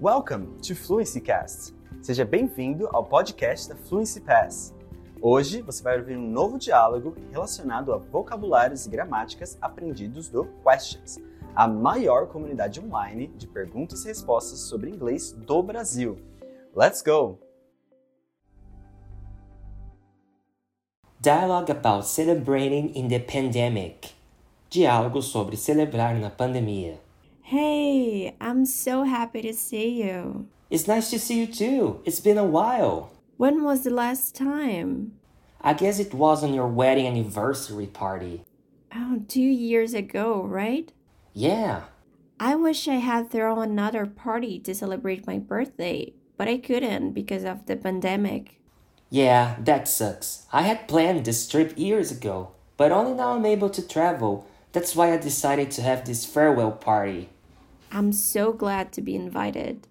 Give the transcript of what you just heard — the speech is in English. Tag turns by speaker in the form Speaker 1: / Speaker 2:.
Speaker 1: Welcome to Fluency Cast. Seja bem-vindo ao podcast da Fluency Pass. Hoje você vai ouvir um novo diálogo relacionado a vocabulários e gramáticas aprendidos do Questions, a maior comunidade online de perguntas e respostas sobre inglês do Brasil. Let's go!
Speaker 2: Dialogue about celebrating in the pandemic. Diálogo sobre celebrar na pandemia.
Speaker 3: Hey, I'm so happy to see you.
Speaker 2: It's nice to see you too. It's been a while.
Speaker 3: When was the last time?
Speaker 2: I guess it was on your wedding anniversary party.
Speaker 3: Oh, two years ago, right?
Speaker 2: Yeah.
Speaker 3: I wish I had thrown another party to celebrate my birthday, but I couldn't because of the pandemic.
Speaker 2: Yeah, that sucks. I had planned this trip years ago, but only now I'm able to travel. That's why I decided to have this farewell party.
Speaker 3: I'm so glad to be invited.